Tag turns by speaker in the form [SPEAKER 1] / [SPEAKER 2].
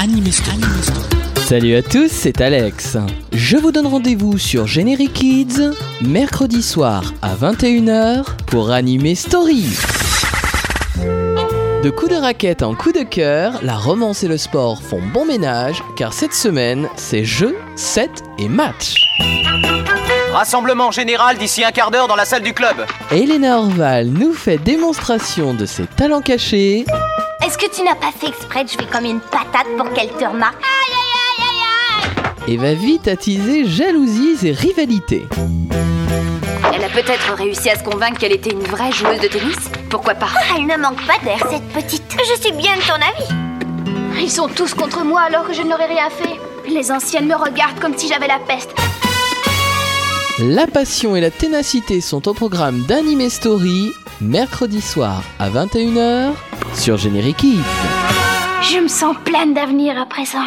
[SPEAKER 1] Anime Story.
[SPEAKER 2] Salut à tous, c'est Alex. Je vous donne rendez-vous sur Generic Kids, mercredi soir à 21h pour Anime Story. De coups de raquette en coups de cœur, la romance et le sport font bon ménage car cette semaine, c'est jeu, set et match.
[SPEAKER 3] Rassemblement général d'ici un quart d'heure dans la salle du club.
[SPEAKER 2] Elena Orval nous fait démonstration de ses talents cachés.
[SPEAKER 4] Est-ce que tu n'as pas fait exprès de jouer comme une patate pour qu'elle te remarque
[SPEAKER 2] et va vite attiser jalousies et rivalités.
[SPEAKER 5] Elle a peut-être réussi à se convaincre qu'elle était une vraie joueuse de tennis Pourquoi pas
[SPEAKER 4] Ah, Elle ne manque pas d'air, cette petite. Je suis bien de ton avis.
[SPEAKER 6] Ils sont tous contre moi alors que je n'aurais rien fait. Les anciennes me regardent comme si j'avais la peste.
[SPEAKER 2] La passion et la ténacité sont au programme d'Anime Story, mercredi soir à 21h sur Générique Kids.
[SPEAKER 6] Je me sens pleine d'avenir à présent.